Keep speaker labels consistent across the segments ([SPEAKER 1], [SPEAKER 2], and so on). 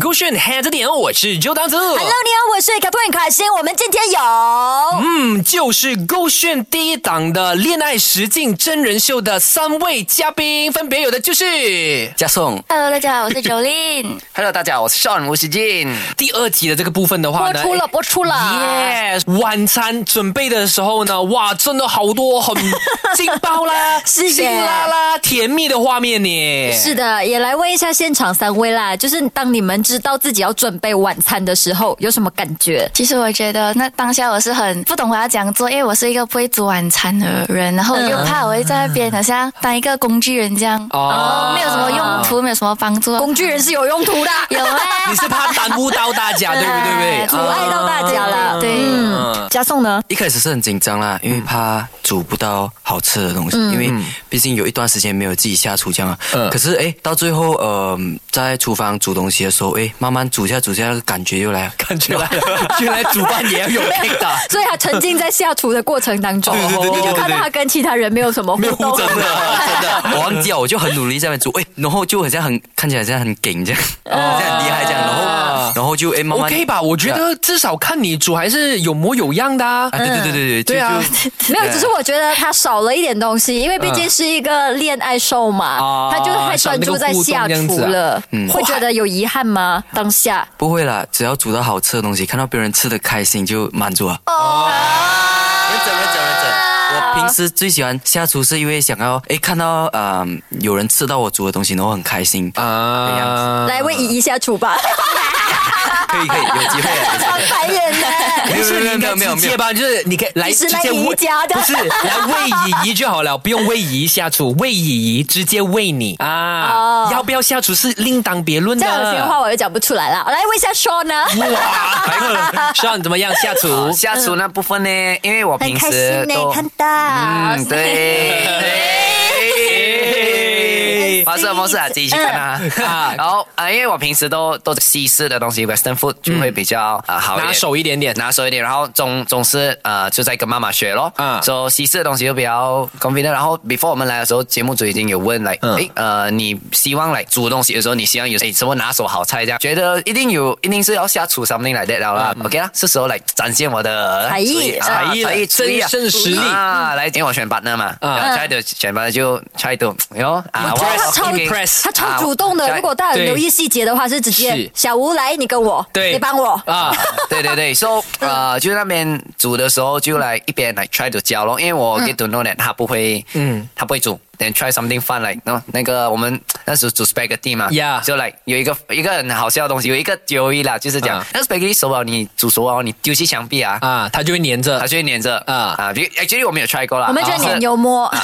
[SPEAKER 1] 勾选 h 着点，我是周当子。
[SPEAKER 2] Hello，你好，我是卡 n 卡欣。我们今天有
[SPEAKER 1] 嗯，就是勾选第一档的恋爱实境真人秀的三位嘉宾，分别有的就是
[SPEAKER 3] 加送。
[SPEAKER 2] ，Hello，大家好，我是 Jolin。
[SPEAKER 3] Hello，大家好，我是 Sean 吴世进。
[SPEAKER 1] 第二集的这个部分的话
[SPEAKER 2] 播
[SPEAKER 1] 呢，
[SPEAKER 2] 出了，播出
[SPEAKER 1] 哦
[SPEAKER 2] 了。
[SPEAKER 1] 耶晚餐准备的时候呢，哇，真的好多 很劲爆啦、
[SPEAKER 2] 是耶
[SPEAKER 1] 辛辣啦、甜蜜的画面呢。
[SPEAKER 2] 是的，也来问一下现场三位啦，就是当你们知道自己要准备晚餐的时候，有什么感觉？
[SPEAKER 4] 其实我觉得那当下我是很不懂我要怎样做，因为我是一个不会煮晚餐的人，然后我又怕我会在那边好像当一个工具人这样，
[SPEAKER 1] 哦
[SPEAKER 2] 啊
[SPEAKER 4] 哦，没有什么用途，没有什么帮助。啊
[SPEAKER 2] 工具人是有用途的，
[SPEAKER 4] 有啊，
[SPEAKER 1] 你是怕耽误到大家，对不对？啊
[SPEAKER 2] 阻碍到大家了。
[SPEAKER 4] 对
[SPEAKER 2] 嗯，加送呢？
[SPEAKER 3] 一开始是很紧张啦，因为怕煮不到好吃的东西，因为毕竟有一段时间没有自己下厨这样啊。
[SPEAKER 1] 嗯
[SPEAKER 3] 可是哎，到最后呃，在厨房煮东西的时候，哎，慢慢煮下煮下，那个感觉又来了。
[SPEAKER 1] 感觉来了，原来主办也要有 k 的。
[SPEAKER 2] 所以他沉浸在下厨的过程当中，
[SPEAKER 1] 对对对对对
[SPEAKER 2] 你就看到他跟其他人没有什么互
[SPEAKER 1] 没有互
[SPEAKER 2] 动，
[SPEAKER 1] 动
[SPEAKER 3] 真的，啊真的，我忘记了，我就很努力在那边煮，哎，然后就好像很看起来好像很劲这样，好像很厉害这样，然后然后就哎慢慢
[SPEAKER 1] OK 吧？我觉
[SPEAKER 2] 啊
[SPEAKER 1] 得至少看你煮还是有模有样的啊
[SPEAKER 3] 啊，。对对对对对，
[SPEAKER 1] 对啊
[SPEAKER 3] 就就
[SPEAKER 2] 没有，只是我觉得他少了一点东西，因为毕竟是一个恋爱秀嘛
[SPEAKER 1] 嗯啊，
[SPEAKER 2] 他就太专注在下厨了，
[SPEAKER 1] 嗯
[SPEAKER 2] 会觉得有遗憾吗？当下
[SPEAKER 1] 啊
[SPEAKER 3] 不会啦，只要煮到好吃的东西，看到别人吃的开心就满足了。哦，认真认真认真。我平时最喜欢下厨，是因为想要诶看到呃有人吃到我煮的东西，然后很开心。
[SPEAKER 2] 啊
[SPEAKER 3] 的样子
[SPEAKER 1] 啊，
[SPEAKER 2] 来为姨姨下厨 吧，
[SPEAKER 3] 可以可以，有机会啊。有机
[SPEAKER 2] 好白眼呢。
[SPEAKER 3] 会啊
[SPEAKER 1] 没事，你应该 直接吧，就是你可以来
[SPEAKER 2] 你是
[SPEAKER 1] 直
[SPEAKER 2] 来
[SPEAKER 1] 接
[SPEAKER 2] 姨
[SPEAKER 1] 喂，
[SPEAKER 2] 家的
[SPEAKER 1] 不是来喂姨姨就好了，不用喂姨姨下厨，喂姨姨直接喂你啊
[SPEAKER 2] 哦。
[SPEAKER 1] 要不要下厨是另当别论
[SPEAKER 2] 这样有些
[SPEAKER 1] 的
[SPEAKER 2] 话。我就讲不出来了。来问一下 s h a n 呢？
[SPEAKER 1] 哇，上怎么样下厨？
[SPEAKER 2] 哦
[SPEAKER 5] 下厨那部分呢，因为我平时
[SPEAKER 1] 哦
[SPEAKER 2] 呢
[SPEAKER 5] 都
[SPEAKER 2] 看到
[SPEAKER 5] 嗯对。
[SPEAKER 2] 哎
[SPEAKER 5] 模式模式啊，自己去看啊。啊 然后啊，因为我平时都都西式的东西，Western food 就会比较啊好一点
[SPEAKER 1] 拿手一点点，
[SPEAKER 5] 拿手一点，然后总总是呃就在跟妈妈学咯，
[SPEAKER 1] 啊
[SPEAKER 5] 啊，所以西式的东西就比较 convenient。然后 before 我们来的时候，节目组已经有问来，
[SPEAKER 1] 嗯
[SPEAKER 5] 诶呃，你希望来煮东西的时候，你希望有诶什么拿手好菜这样？觉得一定有，一定是要下厨 something like that 了啦。OK 啦，是时候来展现我的
[SPEAKER 2] 才艺
[SPEAKER 5] 厨啊
[SPEAKER 1] 嗯才艺了
[SPEAKER 5] 才艺厨艺啊
[SPEAKER 1] 真正实力
[SPEAKER 5] 啊！来，因为我选 partner 嘛，
[SPEAKER 1] 啊
[SPEAKER 5] 然后 try to 选 partner 就 try to，哟啊，
[SPEAKER 2] 我觉得他超
[SPEAKER 5] OK，
[SPEAKER 1] impress
[SPEAKER 2] 他超主动的，
[SPEAKER 5] 啊
[SPEAKER 2] 如果大家有留意细节的话，是直接
[SPEAKER 1] 是
[SPEAKER 2] 小吴来，你跟我，
[SPEAKER 1] 对
[SPEAKER 2] 你帮我，
[SPEAKER 1] 啊，
[SPEAKER 5] 对对对，so
[SPEAKER 2] 嗯
[SPEAKER 5] 呃，就是那边煮的时候就来一边来 try to 教咯，因为我
[SPEAKER 2] 嗯
[SPEAKER 5] get to know that 他不会，嗯，他不会煮，then try something fun like，那那个我们那时候煮 spaghetti 嘛
[SPEAKER 1] Yeah
[SPEAKER 5] 就 like 有一个一个很好笑的东西，有一个丢一啦，就是讲
[SPEAKER 1] 啊
[SPEAKER 5] 那 spaghetti 熟了，你煮熟了你丢去墙壁啊，
[SPEAKER 1] 啊，他就会黏着
[SPEAKER 5] 它，就会粘着
[SPEAKER 1] 啊
[SPEAKER 5] 啊，比如 actually 我没有 try 过啦，
[SPEAKER 2] 我们觉得
[SPEAKER 5] 啊
[SPEAKER 2] 你
[SPEAKER 5] 是
[SPEAKER 2] 很幽默。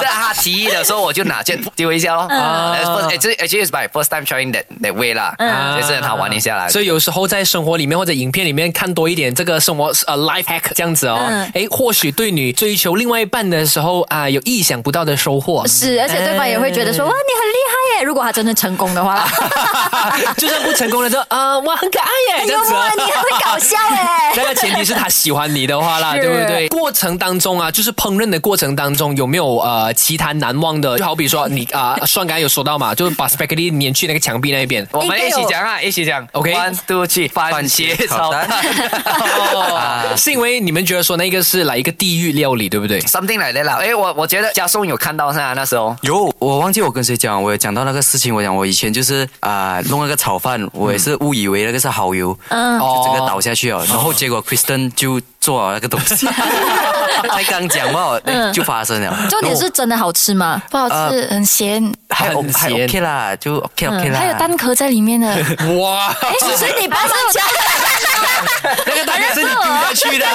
[SPEAKER 5] 是他提议的时候，我就拿去丢一下咯。啊，first- actually actually is my first time trying that that way 啦，
[SPEAKER 2] 嗯
[SPEAKER 5] 啊就是很好玩一下啦。
[SPEAKER 1] 所以有时候在生活里面或者影片里面看多一点这个生活呃 life hack 这样子哦
[SPEAKER 2] 嗯，
[SPEAKER 1] 诶，或许对你追求另外一半的时候啊、有意想不到的收获。
[SPEAKER 2] 是，而且对方也会觉得说哇，你很厉害耶！如果他真的成功的话，
[SPEAKER 1] 就算不成功了，就啊、我很可爱耶，
[SPEAKER 2] 很
[SPEAKER 1] 这
[SPEAKER 2] 幽
[SPEAKER 1] 样子、
[SPEAKER 2] 默，
[SPEAKER 1] 哦。
[SPEAKER 2] 你很会搞笑耶。
[SPEAKER 1] 那个前提是他喜欢你的话啦，
[SPEAKER 2] 是
[SPEAKER 1] 对不对？过程当中啊，就是烹饪的过程当中，有没有呃其他难忘的？就好比说你啊，双、刚才有说到嘛，就是把 spaghetti 粘去那个墙壁那一边。
[SPEAKER 5] 我们一起讲啊，一起讲。
[SPEAKER 1] OK
[SPEAKER 5] one two three，番
[SPEAKER 3] 茄
[SPEAKER 5] 茄
[SPEAKER 3] 炒
[SPEAKER 5] 炒
[SPEAKER 3] 蛋
[SPEAKER 5] 蛋
[SPEAKER 1] 哦，是因为你们觉得说那个是来一个地狱料理，对不对？
[SPEAKER 5] ，something like that 啦。哎，我我觉得嘉颂有看到是吧？那时候
[SPEAKER 3] 有，我忘记我跟谁讲，我有讲到那个事情，我讲我以前就是啊、弄那个炒饭，我也是误以为那个是蚝油，嗯，就整个倒下去了，啊然后结果 Kristen 就做了那个东 西，才刚讲嘛，就发生了。
[SPEAKER 2] 嗯重点是真的好吃吗？
[SPEAKER 4] 不好
[SPEAKER 1] 啊
[SPEAKER 4] 吃，很咸，
[SPEAKER 3] 还 O
[SPEAKER 1] 很
[SPEAKER 3] 还
[SPEAKER 1] 咸
[SPEAKER 3] OK 啦，就 OK OK
[SPEAKER 2] 嗯
[SPEAKER 3] 啦。
[SPEAKER 4] 还有蛋壳在里面的。
[SPEAKER 1] 哇，
[SPEAKER 2] 哎，所以你爸是家
[SPEAKER 1] 那个大概是你丢下去的。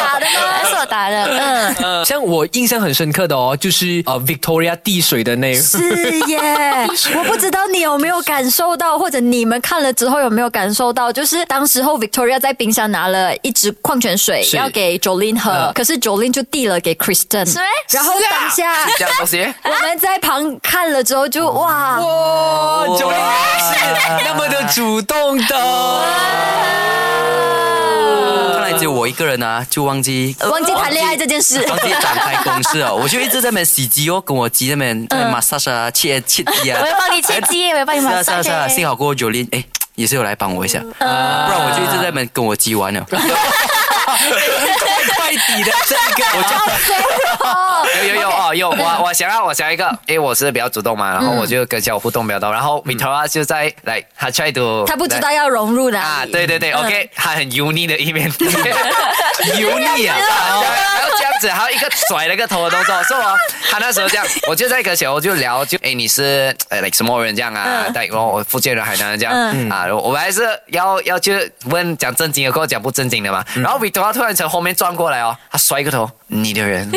[SPEAKER 2] 打的吗？
[SPEAKER 4] 是我打的，嗯，
[SPEAKER 1] 呃，像我印象很深刻的哦，就是呃 Victoria 递水的那
[SPEAKER 2] 是耶，我不知道你有没有感受到，或者你们看了之后有没有感受到，就是当时候 Victoria 在冰箱拿了一支矿泉水
[SPEAKER 1] 是
[SPEAKER 2] 要给 Jolin 喝，
[SPEAKER 1] 嗯
[SPEAKER 2] 可是 Jolin 就递了给 Kristen，
[SPEAKER 4] 是咩
[SPEAKER 2] 然后当下。
[SPEAKER 5] 这样东西
[SPEAKER 2] 我们在旁看了之后就哇，
[SPEAKER 1] 哦，九零 是那么的主动的。
[SPEAKER 3] 看来来只有我一个人啊，就忘记
[SPEAKER 2] 忘记谈恋爱这件事。
[SPEAKER 3] 忘记展开公式 哦，我就一直在那边洗肌哦，跟我肌那
[SPEAKER 2] 嗯
[SPEAKER 3] 边在 massage 啊，切切肌啊
[SPEAKER 4] 我。要帮你切鸡，我要帮你
[SPEAKER 3] 是啊是啊
[SPEAKER 4] massage
[SPEAKER 3] 是啊，幸好过后 Jolin 哎也是有来帮我一下，不
[SPEAKER 2] 嗯
[SPEAKER 3] 然我就一直在那边跟我鸡玩啊 了。
[SPEAKER 1] 快底的这个，我
[SPEAKER 5] 有有有哦，有我我想要我想要一个，因为我是比较主动嘛，然后我就跟小互动比较多，然后 Victoria 就在来他 try to
[SPEAKER 2] 他不知道要融入哪
[SPEAKER 5] 啊，
[SPEAKER 2] 里。嗯
[SPEAKER 5] 对对对，OK，他很油腻的一面，油腻啊，然后这样子，还有一个甩了个头的动作，是我他那时候这样，我就在跟小欧就聊，就哎你是呃 like 什么人这样啊，对，然后我福建人、海南人这样啊，我们还是要要去问讲正经的，跟我讲不正经的嘛，然后 Victoria 突然从后面转过来哦，他甩一个头，你的人。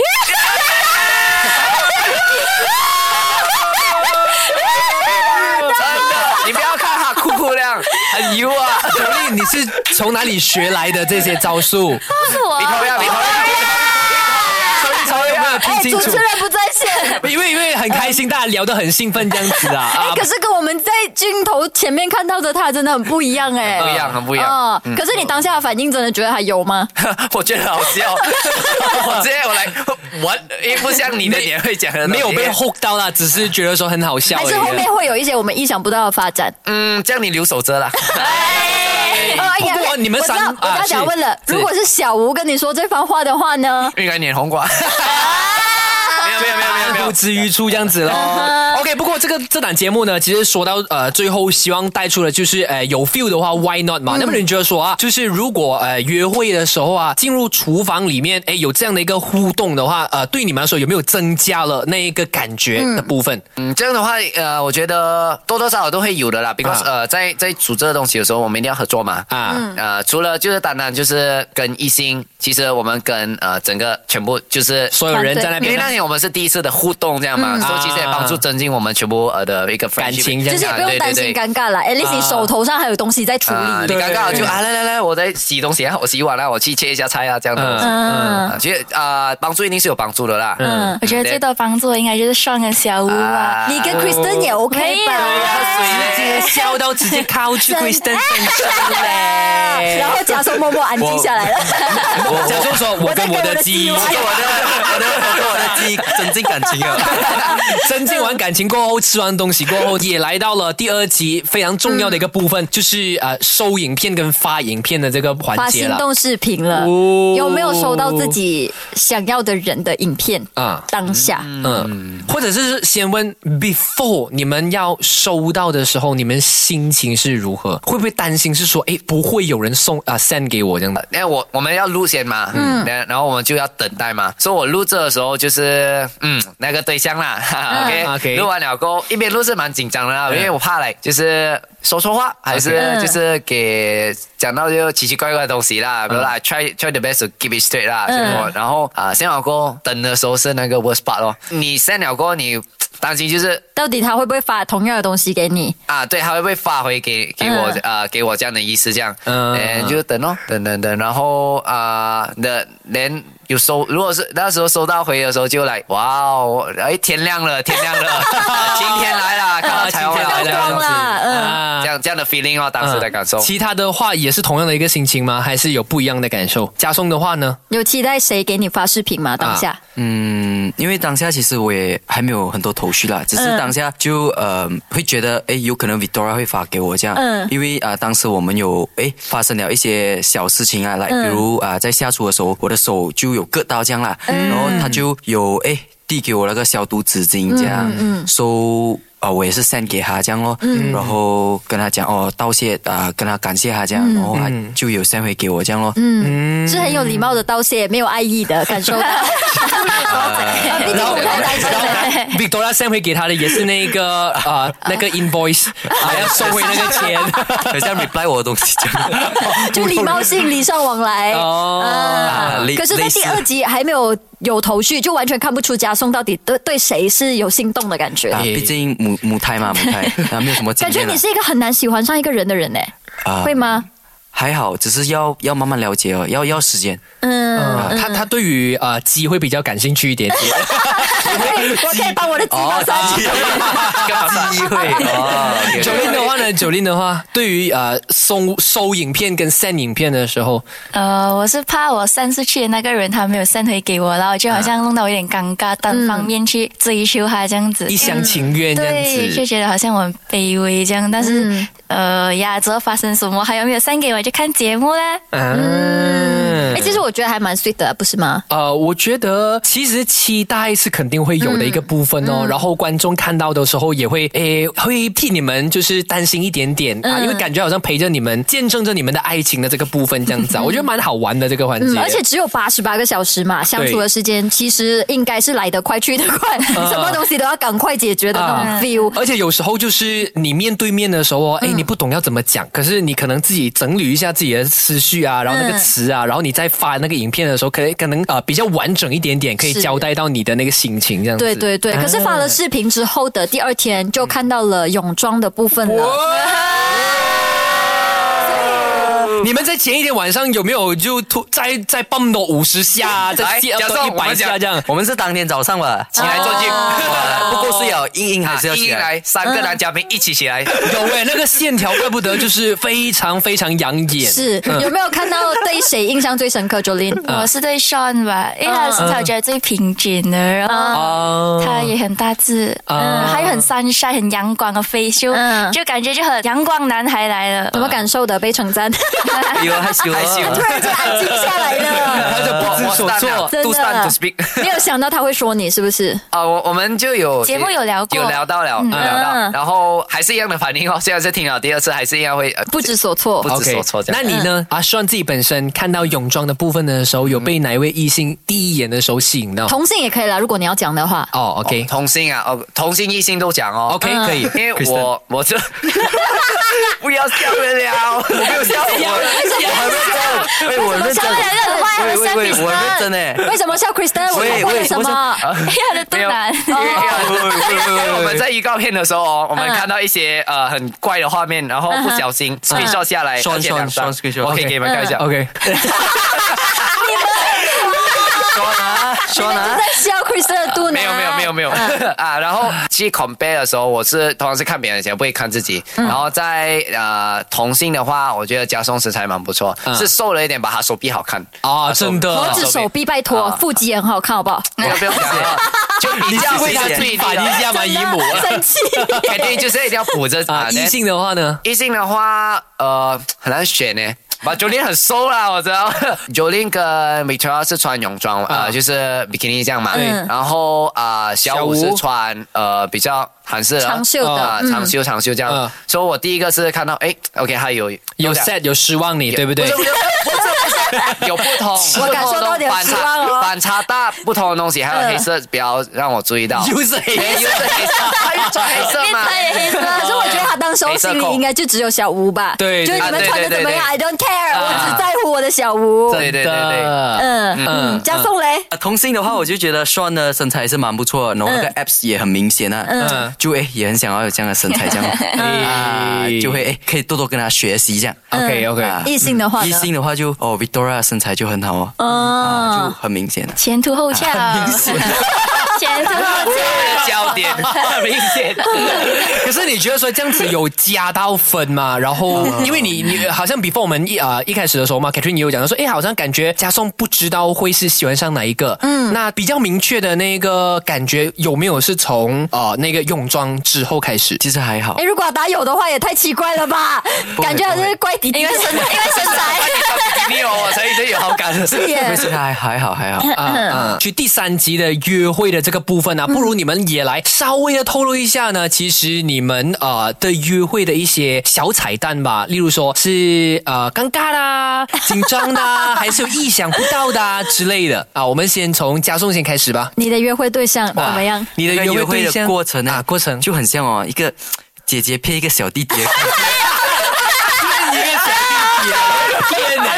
[SPEAKER 5] 真的，你不要看他酷酷亮，很油啊。
[SPEAKER 1] 九力，你是从哪里学来的这些招 数？
[SPEAKER 4] 是
[SPEAKER 2] 哦
[SPEAKER 4] 我
[SPEAKER 5] 你
[SPEAKER 4] 啊。
[SPEAKER 5] 头亮，
[SPEAKER 1] 哦
[SPEAKER 5] 你头亮，
[SPEAKER 1] 超有没有
[SPEAKER 2] 哎，
[SPEAKER 1] 听清
[SPEAKER 2] 主
[SPEAKER 1] 楚
[SPEAKER 2] 持？人不在线。
[SPEAKER 1] 因为因为很开心，大家聊得很兴奋这样子啊。
[SPEAKER 2] 哎，
[SPEAKER 1] 啊
[SPEAKER 2] 可是跟我们在镜头前面看到的他真的很不一样哎，
[SPEAKER 5] 不一样，很不一样。
[SPEAKER 2] 嗯可是你当下的反应真的觉得还有吗？
[SPEAKER 5] 我觉得好笑， 我直接我来，我也不像你的年会讲的，
[SPEAKER 1] 没有被。hook 到啦，只是觉得说很好笑
[SPEAKER 2] 哎还
[SPEAKER 1] 而
[SPEAKER 2] 是后面
[SPEAKER 1] 已。啊
[SPEAKER 2] 会有一些我们意想不到的发展？
[SPEAKER 5] 嗯，这样你留守着啦。
[SPEAKER 2] 哦哎呀
[SPEAKER 1] 不过你们
[SPEAKER 2] 我知道
[SPEAKER 1] 三
[SPEAKER 2] 我
[SPEAKER 1] 啊
[SPEAKER 2] 刚
[SPEAKER 1] 是
[SPEAKER 2] 想问了，
[SPEAKER 1] 是
[SPEAKER 2] 如果是小吴跟你说这番话的话呢？
[SPEAKER 5] 应该脸红瓜。没有没有没有没有没有
[SPEAKER 1] 呼。之欲出这样 子咯。OK，不过这个这档节目呢，其实说到呃最后，希望带出的就是呃有 feel 的话，why not
[SPEAKER 5] 嗯
[SPEAKER 1] 嘛？那么你觉得说啊，就是如果呃约会的时候啊，进入厨房里面，哎有这样的一个互动的话，呃对你们来说有没有增加了那一个感觉的部分？
[SPEAKER 5] 嗯，这样的话，呃，我觉得多多少少都会有的啦，because、
[SPEAKER 1] 啊
[SPEAKER 5] 呃，在在煮这个东西的时候，我们一定要合作嘛。
[SPEAKER 1] 啊
[SPEAKER 5] 啊，呃，除了就是当然就是跟一星，其实我们跟呃整个全部就是
[SPEAKER 1] 所有人在那
[SPEAKER 5] 因为
[SPEAKER 1] 边啊嗯
[SPEAKER 5] 那年我们是第一次的互动，这样嘛，所以其实也帮助增进我们全部呃的一个
[SPEAKER 1] 感情
[SPEAKER 5] friendship 啊
[SPEAKER 1] 这
[SPEAKER 2] 就
[SPEAKER 1] 样
[SPEAKER 2] 是也不用担心
[SPEAKER 5] 对对对
[SPEAKER 2] 尴尬了，at least 你手头上还有东西在处
[SPEAKER 5] 啊，
[SPEAKER 2] 理。
[SPEAKER 5] 你尴尬
[SPEAKER 1] 对
[SPEAKER 5] 就啊，来来来，我在洗东西啊，我洗碗啦，我去切一下菜啊，这样的。
[SPEAKER 2] 嗯，
[SPEAKER 5] 啊，其实啊，帮助一定是有帮助的啦。嗯，
[SPEAKER 4] 我觉得最多帮助的应该就是双跟小屋啊
[SPEAKER 1] 啊
[SPEAKER 4] 吧。
[SPEAKER 2] 你跟 Kristen 也 OK 吧？
[SPEAKER 1] 直接笑到直接靠去 Kristen 身上嘞。
[SPEAKER 2] 然后假装默默安静下来了。
[SPEAKER 1] 假 如说我跟我的鸡，
[SPEAKER 2] 我在跟
[SPEAKER 3] 我的我的我 跟我的鸡增进感情啊。
[SPEAKER 1] 增进完感情过后，吃完东西过后，也来到了第二集非常重要的一个部分，就是呃收影片跟发影片的这个环
[SPEAKER 2] 发
[SPEAKER 1] 节
[SPEAKER 2] 心
[SPEAKER 1] 了。
[SPEAKER 2] 动视频了
[SPEAKER 1] 哦，
[SPEAKER 2] 有没有收到自己想要的人的影片
[SPEAKER 1] 啊
[SPEAKER 2] 啊？当下，
[SPEAKER 1] 嗯，或者是先问 before 你们要收到的时候，你们心情是如何？会不会担心是说，哎，不会有人送啊、send 给我这样的？
[SPEAKER 5] 因为我我们要录先嘛，嗯，然后我们就要等待嘛，所以我录制的时候就是，嗯，那个对象啦 哈哈，OK
[SPEAKER 1] 嗯 OK
[SPEAKER 5] 录完了过后一边录是蛮紧张的啦，
[SPEAKER 1] 嗯
[SPEAKER 5] 因为我怕来就是说错话，还是就是给讲到就奇奇怪怪的东西
[SPEAKER 1] 嗯
[SPEAKER 5] 啦，比如啦，try try the best to keep it straight 啦，什么，然后啊，先了过后等的时候是那个 worst part 咯，你先了过后你担心就是。
[SPEAKER 2] 到底他会不会发同样的东西给你？
[SPEAKER 5] 啊，对，他会不会发回给给我
[SPEAKER 2] 嗯
[SPEAKER 5] 啊、给我这样的意思这样，
[SPEAKER 1] 嗯
[SPEAKER 5] 嗯，就等咯，等等等，然后啊，的、连有收，如果是那时候收到回的时候就来，哇哦，哎，天亮了，天亮了，晴天来了，看到彩虹
[SPEAKER 2] 天
[SPEAKER 5] 了，
[SPEAKER 2] 来
[SPEAKER 5] 这
[SPEAKER 2] 了
[SPEAKER 5] 样
[SPEAKER 2] 光
[SPEAKER 5] 子，
[SPEAKER 2] 啦嗯
[SPEAKER 1] 啊
[SPEAKER 5] 这样这样的 feeling 哦，当时的感受。
[SPEAKER 1] 嗯其他的话也是同样的一个心情吗？还是有不一样的感受？加送的话呢？
[SPEAKER 2] 有期待谁给你发视频
[SPEAKER 1] 啊
[SPEAKER 2] 吗？当下，
[SPEAKER 3] 嗯，因为当下其实我也还没有很多头绪啦，只是当下就呃会觉得诶，有可能 Victoria 会发给我这样，
[SPEAKER 2] 嗯
[SPEAKER 3] 因为啊、呃当时我们有诶发生了一些小事情啊，来、比如啊、呃在下厨的时候，我的手就有割到这样啦，然后他就有诶递给我那个消毒纸巾这样，嗯，so 嗯啊、我也是 send 给他这样咯，然后跟他讲哦道谢啊、呃跟他感谢他这样，然后他就有 send 回给我这样咯，
[SPEAKER 1] 嗯
[SPEAKER 2] 是很有礼貌的道谢，没有爱意的感 受到。啊毕竟
[SPEAKER 1] 然后
[SPEAKER 2] 舞台来真的。
[SPEAKER 1] Victoria send 回给他的也是那个呃那个 invoice，啊 要收回那个钱。
[SPEAKER 3] 可是要 reply 我的东西这样。
[SPEAKER 2] 就礼貌性礼尚往来
[SPEAKER 1] 哦
[SPEAKER 2] 啊
[SPEAKER 3] 类
[SPEAKER 2] 可是，在
[SPEAKER 3] 类似
[SPEAKER 2] 第二集还没有有头绪，就完全看不出加送到底对对谁是有心动的感觉。
[SPEAKER 3] 啊，
[SPEAKER 1] 对
[SPEAKER 3] 毕竟母 母胎嘛，母胎啊，没有什么经
[SPEAKER 2] 感觉
[SPEAKER 3] 验了
[SPEAKER 2] 你是一个很难喜欢上一个人的人呢、
[SPEAKER 3] 啊
[SPEAKER 2] 欸会吗？
[SPEAKER 3] 还好，只是要要慢慢了解哦，要要时间。
[SPEAKER 5] 嗯
[SPEAKER 1] 啊他他对于呃鸡会比较感兴趣一点点。
[SPEAKER 2] 我可以把我的鸡毛上去。
[SPEAKER 5] 机会哦
[SPEAKER 1] 九令的话呢？九令的话，对于呃收收影片跟 send 影片的时候，
[SPEAKER 4] 呃，我是怕我上次去的那个人他没有散回给我，然后就好像弄到我有点尴尬，单方面去追求他这样子。
[SPEAKER 1] 嗯一厢情愿这样
[SPEAKER 4] 对，就
[SPEAKER 1] 子。
[SPEAKER 4] 觉得好像我很卑微这样，但是、呃呀，之后发生什么还有没有散给我就看节目啦。
[SPEAKER 1] 啊嗯
[SPEAKER 2] 哎，其实我觉得还蛮 sweet 的，不是吗？
[SPEAKER 1] 呃，我觉得其实期待是肯定会有的一个部分
[SPEAKER 2] 嗯
[SPEAKER 1] 哦，然后观众看到的时候也会诶，会替你们就是担心一点点、
[SPEAKER 2] 嗯
[SPEAKER 1] 啊，因为感觉好像陪着你们，见证着你们的爱情的这个部分这样 子啊，我觉得蛮好玩的这个环节。
[SPEAKER 2] 嗯，而且只有八十八个小时嘛，相处的时间其实应该是来得快去得快， 什么东西都要赶快解决的那种
[SPEAKER 1] 啊
[SPEAKER 2] feel。
[SPEAKER 1] 而且有时候就是你面对面的时候哦，哎，你不懂要怎么讲，可是你可能自己整理一下自己的思绪啊，然后那个词啊，然后你再发那个影片的时候，可能可能呃比较完整一点点，可以
[SPEAKER 2] 是
[SPEAKER 1] 交代到你的那个心情这样子。
[SPEAKER 2] 对对对，可是发了视频之后的第二天就看到了泳装的部分了。
[SPEAKER 1] 你们在前一天晚上有没有就突再再蹦到五十下啊，再
[SPEAKER 5] 来
[SPEAKER 1] 接
[SPEAKER 5] 教授
[SPEAKER 1] 到一
[SPEAKER 5] 我
[SPEAKER 1] 百
[SPEAKER 5] 们讲
[SPEAKER 1] 下这样？
[SPEAKER 3] 我们是当天早上吧，
[SPEAKER 5] 起来做 gym，
[SPEAKER 3] 哇不过睡了，硬硬啊还是要
[SPEAKER 5] 一
[SPEAKER 3] 起
[SPEAKER 5] 一
[SPEAKER 3] 来。
[SPEAKER 5] 来三个男嘉宾一起起来，
[SPEAKER 1] 有哎、那个线条怪不得就是非常非常养眼。
[SPEAKER 2] 是有没有看到对谁印象最深刻？Jolin，
[SPEAKER 4] 我是对 Sean 吧，因为他是我觉得最平均的，然后
[SPEAKER 1] 啊
[SPEAKER 4] 他也很大字，嗯，还有很 sunshine、很阳光的 face，就
[SPEAKER 2] 嗯
[SPEAKER 4] 就感觉就很阳光男孩来了
[SPEAKER 2] 什。么感受的？被称赞，
[SPEAKER 3] 哎 呦，害羞了，
[SPEAKER 5] 害羞
[SPEAKER 2] 突然间安静下来了。
[SPEAKER 5] 啊
[SPEAKER 1] 他就不知所措。
[SPEAKER 2] 真的
[SPEAKER 5] to stand to speak。
[SPEAKER 2] 没有想到他会说你是不是？
[SPEAKER 5] 啊，我我们就有
[SPEAKER 4] 节目有聊过嗯
[SPEAKER 5] 有聊到了，有聊
[SPEAKER 3] 嗯
[SPEAKER 5] 到，然后还是一样的反应哦。虽然是听了第二次，还是一样会呃
[SPEAKER 2] 不知所措
[SPEAKER 5] 不。知所措这样嗯
[SPEAKER 1] 那你呢？阿双自己本身看到泳装的部分的时候，有被哪一位异性第一眼的时候吸引到？
[SPEAKER 2] 同性也可以啦，如果你要讲的话。
[SPEAKER 1] 哦，OK，
[SPEAKER 5] 同性啊，哦，同性异性都讲哦。
[SPEAKER 1] OK，可
[SPEAKER 4] 嗯
[SPEAKER 1] 以
[SPEAKER 5] 因为我我这 不要笑人了，我没有笑我。
[SPEAKER 3] 我认真，哎，我认
[SPEAKER 2] 笑
[SPEAKER 3] 真，
[SPEAKER 2] 得很坏
[SPEAKER 3] 喂喂喂，我认真哎。
[SPEAKER 2] 为什么笑 Kristen？我
[SPEAKER 3] 喂
[SPEAKER 2] 错过了
[SPEAKER 3] 喂
[SPEAKER 2] 什
[SPEAKER 3] 我
[SPEAKER 2] 么？哦
[SPEAKER 4] 哎呀，我的肚腩，
[SPEAKER 5] 因为我们在预告片的时候 哦，我们看到一些呃很怪的画面，然后不小
[SPEAKER 4] 嗯
[SPEAKER 5] 心 screenshot 下来，
[SPEAKER 3] 双
[SPEAKER 5] 而且两张
[SPEAKER 3] 嗯双双 screenshot
[SPEAKER 5] 我可以给你们看一下。
[SPEAKER 1] OK，
[SPEAKER 3] 说呢，说呢，
[SPEAKER 2] 在笑 Kristen 的肚腩？
[SPEAKER 5] 没有
[SPEAKER 1] 啊
[SPEAKER 5] 没有没有没有
[SPEAKER 1] 嗯
[SPEAKER 5] 啊！然后去 compare 的时候，我是通常是看别人的钱，不会看自己。
[SPEAKER 1] 嗯
[SPEAKER 5] 然后在呃同性的话，我觉得加松石才蛮不错，
[SPEAKER 1] 嗯
[SPEAKER 5] 是瘦了一点，把他手臂好看。
[SPEAKER 1] 啊，真
[SPEAKER 2] 脖
[SPEAKER 1] 的
[SPEAKER 2] 子、，手臂，拜托，腹肌也很好看，好不好？
[SPEAKER 5] 那 个不用讲了，就比
[SPEAKER 1] 你
[SPEAKER 5] 较
[SPEAKER 1] 是为他
[SPEAKER 5] 明
[SPEAKER 1] 自
[SPEAKER 5] 显
[SPEAKER 1] 己反一下吗？姨母
[SPEAKER 2] 生气。
[SPEAKER 5] 肯定就是一定要补着
[SPEAKER 1] 啊，
[SPEAKER 5] then-
[SPEAKER 1] 异性的话呢？
[SPEAKER 5] 异性的话，呃，很难选呢。把 Jolin 很瘦啦，我知道。Jolin 跟 Victoria 是穿泳装，
[SPEAKER 2] 啊
[SPEAKER 5] 呃，就是 bikini 这样嘛。
[SPEAKER 2] 嗯
[SPEAKER 5] 然后啊，呃小
[SPEAKER 1] 小
[SPEAKER 5] 五
[SPEAKER 1] 吴
[SPEAKER 5] 是穿呃比较韩式的
[SPEAKER 2] 长袖的
[SPEAKER 5] 啊
[SPEAKER 2] 嗯
[SPEAKER 5] 长袖长袖这样
[SPEAKER 1] 嗯。
[SPEAKER 5] 所以我第一个是看到，哎，OK，他有
[SPEAKER 1] 有
[SPEAKER 5] 两
[SPEAKER 1] set 有失望你，对不对
[SPEAKER 5] 不？是不是 不是有不同，我
[SPEAKER 2] 感受到点
[SPEAKER 5] 反
[SPEAKER 2] 失
[SPEAKER 5] 差
[SPEAKER 2] 望哦嗯
[SPEAKER 5] 反差大，不同的东西，还有黑色比较让我注 意到。
[SPEAKER 1] 又是
[SPEAKER 5] 哎
[SPEAKER 1] 黑
[SPEAKER 5] 又是黑色，他又穿黑色嘛。
[SPEAKER 2] 可是我觉得他当时候心里应该就只有小吴吧。
[SPEAKER 1] 对
[SPEAKER 2] 就
[SPEAKER 1] 对
[SPEAKER 2] 是你们
[SPEAKER 5] 对
[SPEAKER 2] 穿的
[SPEAKER 5] 对
[SPEAKER 2] 怎么样
[SPEAKER 5] 对
[SPEAKER 2] ？I don't care，我只在乎我的小吴。
[SPEAKER 5] 对对对对。
[SPEAKER 1] 的，
[SPEAKER 2] 嗯嗯，加送嘞。
[SPEAKER 3] 啊，同性的话，我就觉得 Sean 的身材是蛮不错的，然后那个 abs 也很明显啊，
[SPEAKER 1] 嗯
[SPEAKER 3] 就哎也很想要有这样的身材， 这样啊就会哎可以多多跟他学习这样。
[SPEAKER 1] OK
[SPEAKER 5] 嗯
[SPEAKER 1] OK，
[SPEAKER 3] 啊
[SPEAKER 2] 异性的话呢
[SPEAKER 3] 异性的话就哦，Victoria 身材就很好哦，啊就
[SPEAKER 2] 哦，
[SPEAKER 3] 很明显的。
[SPEAKER 4] 前凸后翘， 前凸后翘。
[SPEAKER 5] 焦点，明显。
[SPEAKER 1] 可是你觉得说这样子有加到分吗？然后，因为你你好像 before 我们一啊、一开始的时候嘛，Katrin 也有讲到说，哎，好像感觉加颂不知道会是喜欢上哪一个。嗯，那比较明确的那个感觉有没有是从呃那个泳装之后开始？
[SPEAKER 3] 其实还好
[SPEAKER 2] 哎，，如果打有的话，也太奇怪了吧？
[SPEAKER 3] 不会
[SPEAKER 2] 感觉好像是怪弟弟，
[SPEAKER 4] 因为身 因为身材，
[SPEAKER 5] 你有我才对有好感。
[SPEAKER 2] 是耶
[SPEAKER 3] 但是还还好还好，
[SPEAKER 1] 啊啊！去第三集的约会的这个部分啊，不如你们也来稍微的透露一下呢。其实你们呃的约会的一些小彩蛋吧，例如说是呃尴尬啦、紧张啦，还是有意想不到的啊之类的啊。我们先从加送先开始吧。
[SPEAKER 2] 你的约会对象怎么样？
[SPEAKER 1] 你的
[SPEAKER 3] 那个
[SPEAKER 1] 约
[SPEAKER 3] 约
[SPEAKER 1] 会
[SPEAKER 3] 会
[SPEAKER 1] 对象
[SPEAKER 3] 的过程
[SPEAKER 1] 啊，
[SPEAKER 3] 啊，
[SPEAKER 1] 过程
[SPEAKER 3] 就很像哦，一个姐姐配一啊个小弟弟的感觉。
[SPEAKER 1] 天哪！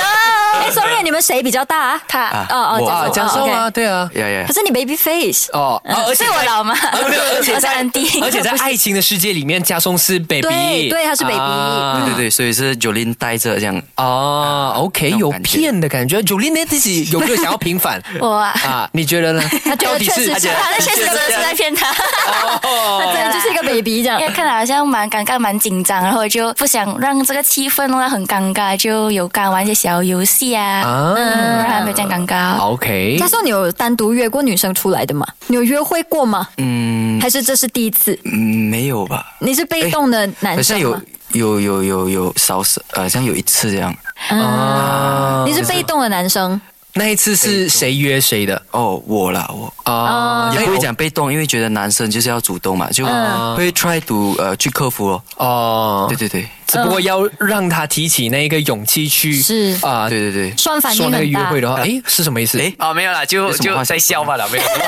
[SPEAKER 2] 哎，sorry，你们谁比较大啊？
[SPEAKER 4] 他
[SPEAKER 3] 啊
[SPEAKER 2] 哦
[SPEAKER 3] 我
[SPEAKER 1] 啊，
[SPEAKER 2] 哦，
[SPEAKER 1] 讲
[SPEAKER 2] 讲
[SPEAKER 1] 授
[SPEAKER 2] 授
[SPEAKER 1] 啊，
[SPEAKER 2] 啊，
[SPEAKER 1] 对啊，
[SPEAKER 3] 呀呀
[SPEAKER 2] 可，是你 baby face，嗯
[SPEAKER 1] 哦，啊而且
[SPEAKER 4] 是我老吗
[SPEAKER 1] 啊不是而且
[SPEAKER 4] 我是
[SPEAKER 1] 在
[SPEAKER 4] Auntie
[SPEAKER 1] 而且在爱情的世界里面，加松是 baby，
[SPEAKER 2] 对对他是 baby
[SPEAKER 1] 啊
[SPEAKER 3] 对对对，所以是 Jolin 带着这样。
[SPEAKER 1] 哦，OK，
[SPEAKER 3] 那
[SPEAKER 1] 有
[SPEAKER 3] 种感觉
[SPEAKER 1] 骗的感觉。九零年自己有没有想要平反？
[SPEAKER 4] 我啊
[SPEAKER 1] 啊，你觉得呢？
[SPEAKER 2] 他觉
[SPEAKER 1] 到
[SPEAKER 2] 得
[SPEAKER 1] 底
[SPEAKER 2] 确实
[SPEAKER 1] 是
[SPEAKER 2] 是，
[SPEAKER 4] 他那确实真的是在骗他，
[SPEAKER 2] 他真的啊就是一个 baby 这样
[SPEAKER 4] 因。为看了好像蛮尴尬、蛮紧张，然后我就不想让这个气氛弄得很尴尬，就有刚玩一些小游戏啊，
[SPEAKER 1] 啊
[SPEAKER 4] 嗯，让他没有这样尴尬。
[SPEAKER 1] ，OK，
[SPEAKER 2] 他说你有单独约过女生出来的吗？你有约会过吗？
[SPEAKER 3] 嗯
[SPEAKER 2] 还是这是第一次？
[SPEAKER 3] 嗯，没有吧？
[SPEAKER 2] 你是被动的
[SPEAKER 3] 好
[SPEAKER 2] 男
[SPEAKER 3] 像啊
[SPEAKER 2] 生
[SPEAKER 3] 有
[SPEAKER 2] 吗？
[SPEAKER 3] 有有有有少少，好像有一次这样。
[SPEAKER 1] 哎啊
[SPEAKER 2] 嗯你是被动的男生，
[SPEAKER 1] 那一次是谁约谁的
[SPEAKER 3] 哦，我啦，我
[SPEAKER 1] 啊？
[SPEAKER 3] 也不会讲被动，因为觉得男生就是要主动嘛，就会 try to 呃去克服咯。
[SPEAKER 1] 哦
[SPEAKER 3] 对，对对，
[SPEAKER 1] 只不过要让他提起那个勇气去
[SPEAKER 2] 是
[SPEAKER 1] 啊，
[SPEAKER 3] 对对对，
[SPEAKER 2] 算反
[SPEAKER 1] 说
[SPEAKER 2] 应
[SPEAKER 1] 那个
[SPEAKER 2] 很
[SPEAKER 1] 约
[SPEAKER 2] 大
[SPEAKER 1] 会。的话，诶，是什么意思？
[SPEAKER 3] 诶
[SPEAKER 5] 哦，没有啦，就
[SPEAKER 3] 有什么
[SPEAKER 5] 就
[SPEAKER 3] 话想
[SPEAKER 5] 在笑罢了，没有 什么，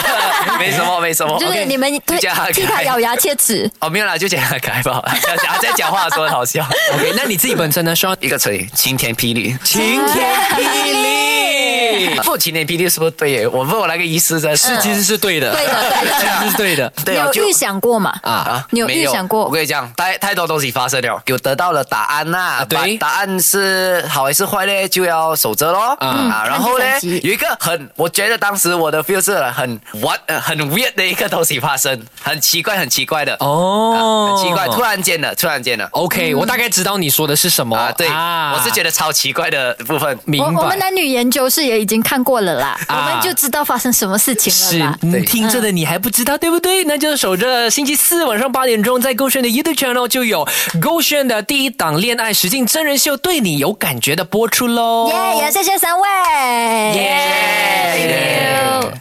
[SPEAKER 5] 没什 么，没什么。
[SPEAKER 1] 哦
[SPEAKER 2] 就是你们
[SPEAKER 5] 就
[SPEAKER 2] 对
[SPEAKER 5] 这
[SPEAKER 1] 啊
[SPEAKER 5] 样
[SPEAKER 2] 替他
[SPEAKER 5] 开
[SPEAKER 2] 咬牙切齿，
[SPEAKER 5] 哦，没有啦，就讲改吧。 他在讲话的时候很好笑。
[SPEAKER 1] OK，那你自己本身呢？希望
[SPEAKER 5] 一个成语，晴天霹 雳。
[SPEAKER 1] 晴天霹雳，
[SPEAKER 5] 不，晴天霹雳是不是对耶？我问我那个医师在是
[SPEAKER 2] 嗯
[SPEAKER 1] 其实是对的，
[SPEAKER 2] 对的对的
[SPEAKER 1] 其实是对的
[SPEAKER 2] 你
[SPEAKER 5] 对啊
[SPEAKER 2] 有
[SPEAKER 5] 就
[SPEAKER 2] 预想过吗？
[SPEAKER 1] 啊。
[SPEAKER 2] 你有
[SPEAKER 5] 没
[SPEAKER 2] 预想过
[SPEAKER 5] 我跟你讲，太太多东西发生了，有得到了答案
[SPEAKER 2] 啊
[SPEAKER 5] 呐、
[SPEAKER 1] 对
[SPEAKER 5] 把答案是好还是坏呢，就要守着咯。啊，然后呢
[SPEAKER 2] 嗯看，第三集
[SPEAKER 5] 有一个很，我觉得当时我的 feel 是很 what 呃很 weird 的一个东西发生，很奇怪，很奇怪的，
[SPEAKER 1] 哦
[SPEAKER 5] 啊很奇怪，突然间的，突然间的，
[SPEAKER 1] OK，我大概知道你说的是什么
[SPEAKER 5] 啊，
[SPEAKER 2] 哦
[SPEAKER 5] 对，我是觉
[SPEAKER 1] 得
[SPEAKER 5] 得超奇怪的部分。
[SPEAKER 1] 明
[SPEAKER 2] 我
[SPEAKER 1] 白。
[SPEAKER 2] 我们男女研究室也已经看过了啦，我
[SPEAKER 1] 啊
[SPEAKER 2] 们就知道发生什么事情
[SPEAKER 1] 是
[SPEAKER 2] 了啦。
[SPEAKER 1] 嗯
[SPEAKER 5] 对
[SPEAKER 1] 听着的你还不知道对不对？那就守着星期四晚上八点钟，在勾选的 YouTube channel 就有勾选的第一档恋爱实境真人秀，对你有感觉的播出喽。
[SPEAKER 2] 耶，也谢谢三位。
[SPEAKER 1] 耶
[SPEAKER 2] 耶。